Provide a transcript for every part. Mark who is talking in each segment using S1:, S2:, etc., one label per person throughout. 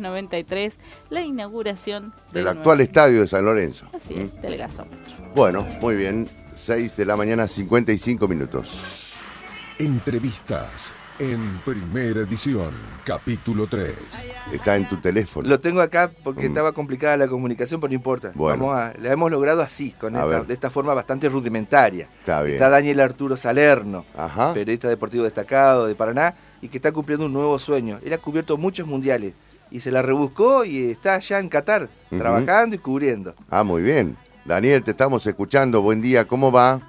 S1: 1993, la inauguración
S2: El
S1: del
S2: actual Mm.
S1: nuevo-
S2: estadio de San Lorenzo.
S1: Así es, del gasómetro.
S2: Bueno, muy bien. 6 de la mañana, 55 minutos.
S3: Entrevistas en primera edición, capítulo 3.
S2: Está en tu teléfono.
S4: Lo tengo acá porque estaba complicada la comunicación, pero no importa.
S2: Mm. Bueno.
S4: Vamos a- la hemos logrado así, con
S2: A
S4: esta,
S2: ver.
S4: de esta forma bastante rudimentaria.
S2: Está bien. Ah.
S4: Está Daniel Arturo Salerno,
S2: Ajá.
S4: periodista deportivo destacado de Paraná y que está cumpliendo un nuevo sueño. Él ha cubierto muchos mundiales y se la rebuscó y está allá en Qatar,
S2: Ujú.
S4: trabajando y cubriendo.
S2: Ah, muy bien. Daniel, te estamos escuchando. Buen día, ¿cómo va?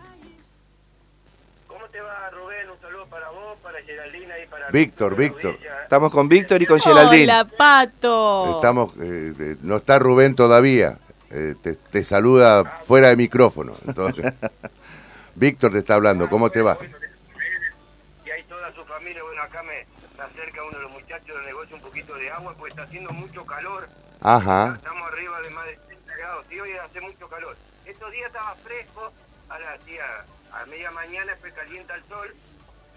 S5: ¿Cómo te va, Rubén? Un saludo para vos, para Geraldina y para...
S2: Víctor,
S5: toda la
S2: Víctor.
S5: audiencia.
S4: Estamos con Víctor y con Geraldine.
S1: ¡Hola, Pato!
S2: Estamos, eh, eh, no está Rubén todavía. Eh, te, te saluda fuera de micrófono. Entonces, Víctor te está hablando. ¿Cómo te va?
S5: Y ahí toda su familia, bueno, acá me, me acerca uno de los muchachos del negocio un poquito de agua, porque está haciendo mucho calor.
S2: Ajá.
S5: Estamos arriba de más de 30 grados, y hoy hace mucho calor. Estos días estaba fresco, a las sí, a, a media mañana se calienta el sol,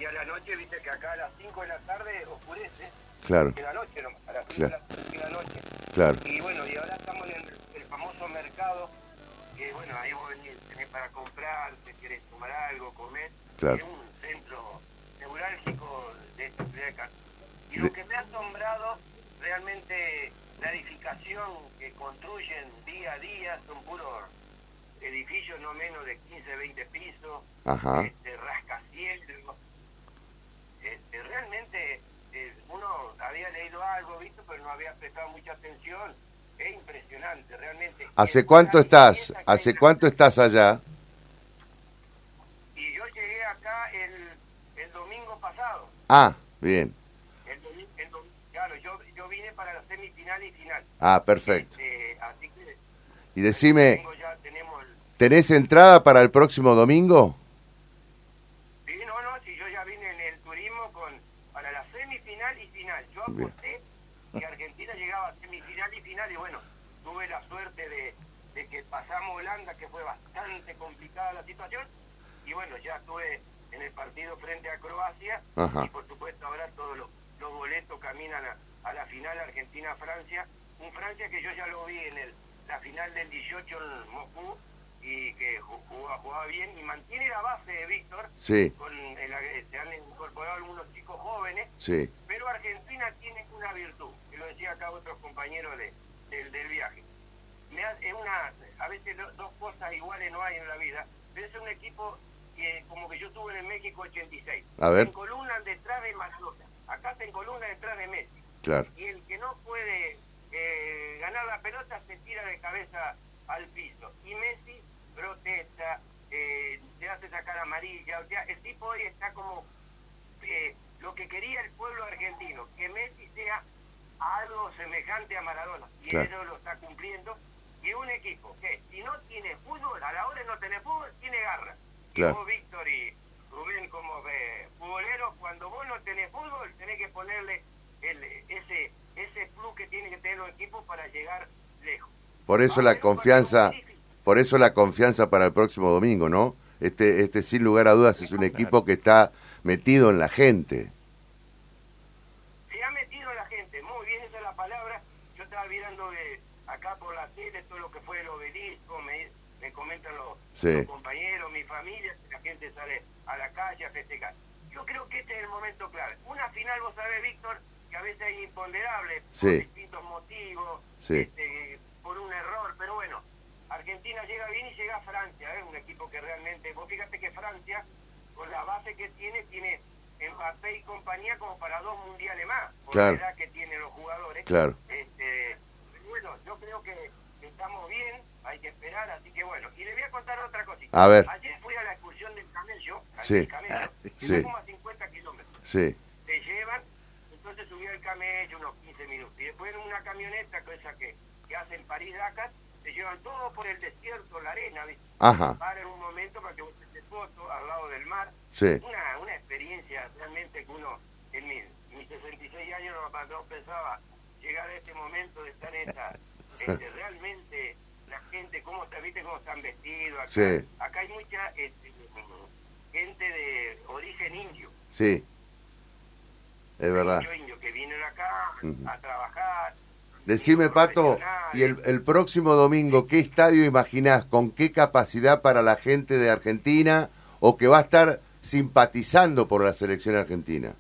S5: y a la noche, viste que acá a las 5 de la tarde oscurece,
S2: Claro,
S5: de la noche nomás, a las 5
S2: Claro.
S5: de la noche.
S2: claro.
S5: Y bueno, y ahora estamos en el, el famoso mercado, que bueno, ahí vos venís, tenés para comprar, te querés tomar algo, comer.
S2: Claro.
S5: Es un centro neurálgico de esta ciudad de Castro. Y lo que me ha asombrado realmente la edificación que construyen día a día, son puros edificios no menos de 15, 20 pisos,
S2: Ajá.
S5: este, rascacielos, este, realmente eh, uno había leído algo, visto, pero no había prestado mucha atención. Es impresionante, realmente.
S2: ¿Hace
S5: El-
S2: cuánto
S5: la
S2: estás?
S5: belleza que
S2: ¿Hace
S5: hay-
S2: cuánto estás allá?
S5: Y yo llegué acá el, el domingo pasado.
S2: Ah, bien.
S5: El domi- el dom- claro, yo, yo vine para la semifinal y final.
S2: Ah, perfecto.
S5: Este, así que
S2: Y decime,
S5: tengo ya tenemos el...
S2: ¿tenés entrada para el próximo domingo?
S5: Sí, no, no, si yo ya vine en el turismo con para la semifinal y final. Yo aposté que Argentina llegaba a semifinal y final y bueno, tuve la suerte de, de que pasamos a Holanda, que fue bastante complicada la situación. Y bueno, ya estuve en el partido frente a Croacia
S2: Ajá.
S5: y por supuesto ahora todos los, los boletos caminan a, a la final Argentina-Francia. Un Francia que yo ya lo vi en el, la final del 18 en Moscú y que ju- jugaba, jugaba bien y mantiene la base de Víctor
S2: Sí,
S5: con el ag- se han incorporado algunos chicos jóvenes,
S2: sí.
S5: pero Argentina tiene una virtud, que lo decía acá otros compañeros de, del, del viaje. Me ha- es una, a veces do- dos cosas iguales no hay en la vida, pero es un equipo que, como que yo tuve en el México 86.
S2: A ver.
S5: Se encolumnan detrás de Maradona, acá se encolumnan detrás de Messi
S2: Claro.
S5: y el que no puede eh, ganar la pelota se tira de cabeza al piso. Y Messi protesta, eh, se hace sacar amarilla. O sea, el tipo hoy está como eh, lo que quería el pueblo argentino, que Messi sea algo semejante a Maradona. Y
S2: Claro.
S5: eso lo está cumpliendo. Y un equipo que si no tiene fútbol, a la hora de no tener fútbol, tiene garra.
S2: Claro.
S5: Y vos, Víctor y Rubén, como eh, futboleros, cuando vos no tenés fútbol, tenés que ponerle el, ese, ese plus que tienen que tener los equipos para llegar lejos.
S2: Por eso la confianza, por eso la confianza para el próximo domingo, ¿no? Este, este sin lugar a dudas es un equipo que está metido en la gente.
S5: Se ha metido la gente, muy bien esa es la palabra. Yo estaba mirando de acá por la tele todo lo que fue el obelisco, me, me comentan los,
S2: Sí.
S5: los compañeros, mi familia, la gente sale a la calle a festejar. Yo creo que este es el momento clave. Una final, vos sabés, Víctor, que a veces es imponderable por
S2: Sí.
S5: distintos motivos,
S2: Sí.
S5: este, por un error, pero bueno, Argentina llega bien y llega a Francia, es un equipo que realmente, vos fíjate que Francia, con la base que tiene, tiene Mbappé y compañía como para dos mundiales más, por
S2: Claro.
S5: la edad que tienen los jugadores.
S2: Claro.
S5: Este, bueno, yo creo que estamos bien, hay que esperar, así que bueno. Y le voy a contar otra cosita.
S2: A ver.
S5: Ayer fui a la excursión del camello, al
S2: Sí.
S5: camello,
S2: Sí.
S5: 1,50 kilómetros.
S2: Sí,
S5: Te llevan, entonces subí al camello unos 15 minutos. Y después en una camioneta, cosa que, que hacen París-Dakar, te llevan todo por el desierto, la arena, ¿viste?
S2: Ajá.
S5: Paran un momento para que vos te foto al lado del mar.
S2: sí,
S5: Una, una experiencia realmente que uno, en mi- mis 66 años, no, no pensaba llegar a este momento de estar en esta. este, realmente, la gente, cómo está, viste cómo están vestidos. Acá,
S2: Sí.
S5: acá hay mucha este, gente de origen indio
S2: sí, Es verdad.
S5: muchos indios que vienen acá a trabajar.
S2: Decime, Pato, y el, el próximo domingo, ¿qué estadio imaginás? ¿Con qué capacidad para la gente de Argentina? ¿O que va a estar simpatizando por la selección argentina?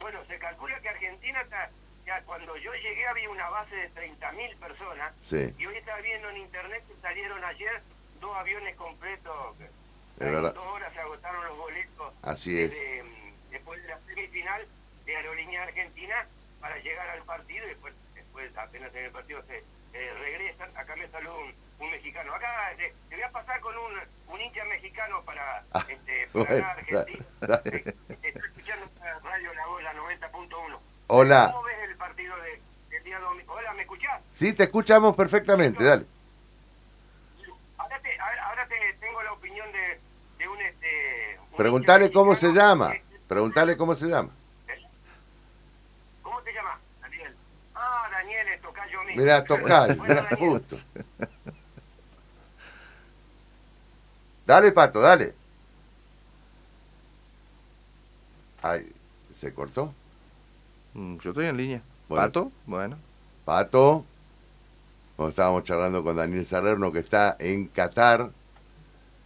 S5: Bueno, se calcula que Argentina, está- ya cuando yo llegué había una base de 30.000 personas.
S2: Sí.
S5: Y hoy estaba viendo en internet que salieron ayer dos aviones completos.
S2: Es
S5: En
S2: verdad.
S5: Dos horas se agotaron los boletos.
S2: Así es.
S5: de- después de la semifinal de Aerolínea Argentina para llegar al partido y después, después apenas en el partido se eh, regresan. Acá me saludó un, un mexicano. Acá eh, te voy a pasar con un, un hincha mexicano para,
S2: Ah,
S5: este, para
S2: bueno,
S5: acá, Argentina.
S2: dale, dale.
S5: Eh, Está escuchando la radio La Bola 90.1.
S2: Hola.
S5: ¿Cómo ves el partido de, del día domingo? Hola, ¿me escuchás?
S2: Sí, te escuchamos perfectamente, dale.
S5: Ahora te, ahora- ahora te tengo la opinión de, de un... Este, un
S2: Preguntale
S5: hincha
S2: cómo se
S5: mexicano
S2: llama.
S5: que-
S2: Preguntale cómo se llama.
S5: ¿Cómo te llamas? Daniel. Ah, Daniel, es tocayo mío.
S2: Mirá, tocar,
S5: Bueno, Daniel,
S2: justo. Dale, Pato, dale. Ay, ¿se cortó?
S4: Mm, yo estoy en línea.
S2: Bueno.
S4: ¿Pato? Bueno.
S2: Pato. Cuando estábamos charlando con Daniel Salerno, que está en Qatar,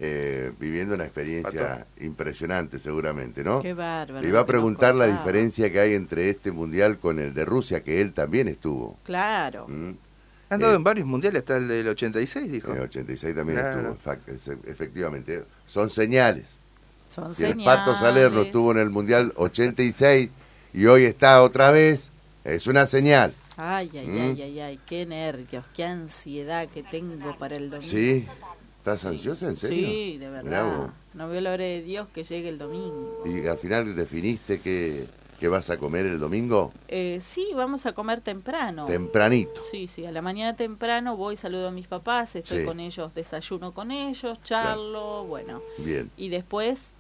S2: eh, viviendo una experiencia impresionante, seguramente, ¿no?
S1: Qué bárbaro. lo
S2: Le iba a
S1: que nos
S2: preguntar la
S1: contaba.
S2: diferencia que hay entre este mundial con el de Rusia, que él también estuvo.
S1: Claro.
S2: ¿Mm?
S4: Ha andado
S2: Eh,
S4: en varios mundiales, hasta el del 86, dijo.
S2: En el 86 también
S4: Claro.
S2: estuvo, en fact- es- efectivamente. Son señales.
S1: Son
S2: Si el Pato
S1: señales.
S2: Salerno estuvo en el Mundial 86 y hoy está otra vez, es una señal.
S1: Ay, ay,
S2: ¿Mm?
S1: ay, ay, ay, qué nervios, qué ansiedad que tengo para el domingo.
S2: ¿Sí? ¿Estás ansiosa en serio?
S1: Sí, de
S2: Mirá
S1: verdad.
S2: vos.
S1: No veo la hora de Dios que llegue el domingo.
S2: ¿Y al final definiste qué, qué vas a comer el domingo?
S1: Eh, sí, vamos a comer temprano.
S2: Tempranito.
S1: Sí, sí, a la mañana temprano voy, saludo a mis papás, estoy
S2: Sí.
S1: con ellos, desayuno con ellos, charlo, bueno.
S2: Bien,
S1: Y después,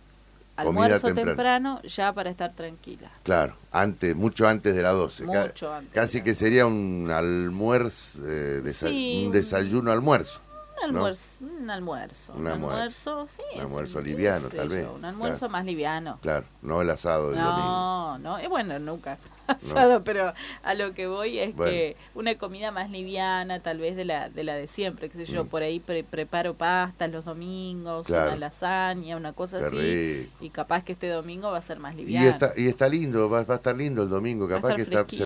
S2: Comida
S1: almuerzo
S2: temprano.
S1: temprano, ya para estar tranquila.
S2: claro. Antes, mucho antes de las 12. Ca-
S1: Mucho antes de
S2: Casi
S1: las
S2: que sería un almuerzo, eh, desa-
S1: Sí,
S2: un
S1: un-
S2: desayuno almuerzo.
S1: Un almuerzo, un almuerzo.
S2: Un almuerzo.
S1: sí.
S2: Un
S1: es
S2: almuerzo
S1: qué
S2: liviano,
S1: sé
S2: tal
S1: yo,
S2: vez,
S1: Un almuerzo
S2: claro.
S1: más liviano.
S2: Claro, no el asado del domingo.
S1: No, no, es bueno, nunca ha pasado, pero a lo que voy es
S2: Bueno.
S1: que una comida más liviana, tal vez de la de, la de siempre, qué sé yo, por ahí pre- preparo pastas los domingos,
S2: Mm. Claro.
S1: una lasaña, una cosa
S2: Qué
S1: así,
S2: rico.
S1: y capaz que este domingo va a ser más
S2: Y
S1: liviano.
S2: está, y está lindo, va, va a estar lindo el domingo,
S1: Va a
S2: capaz
S1: estar
S2: que está, se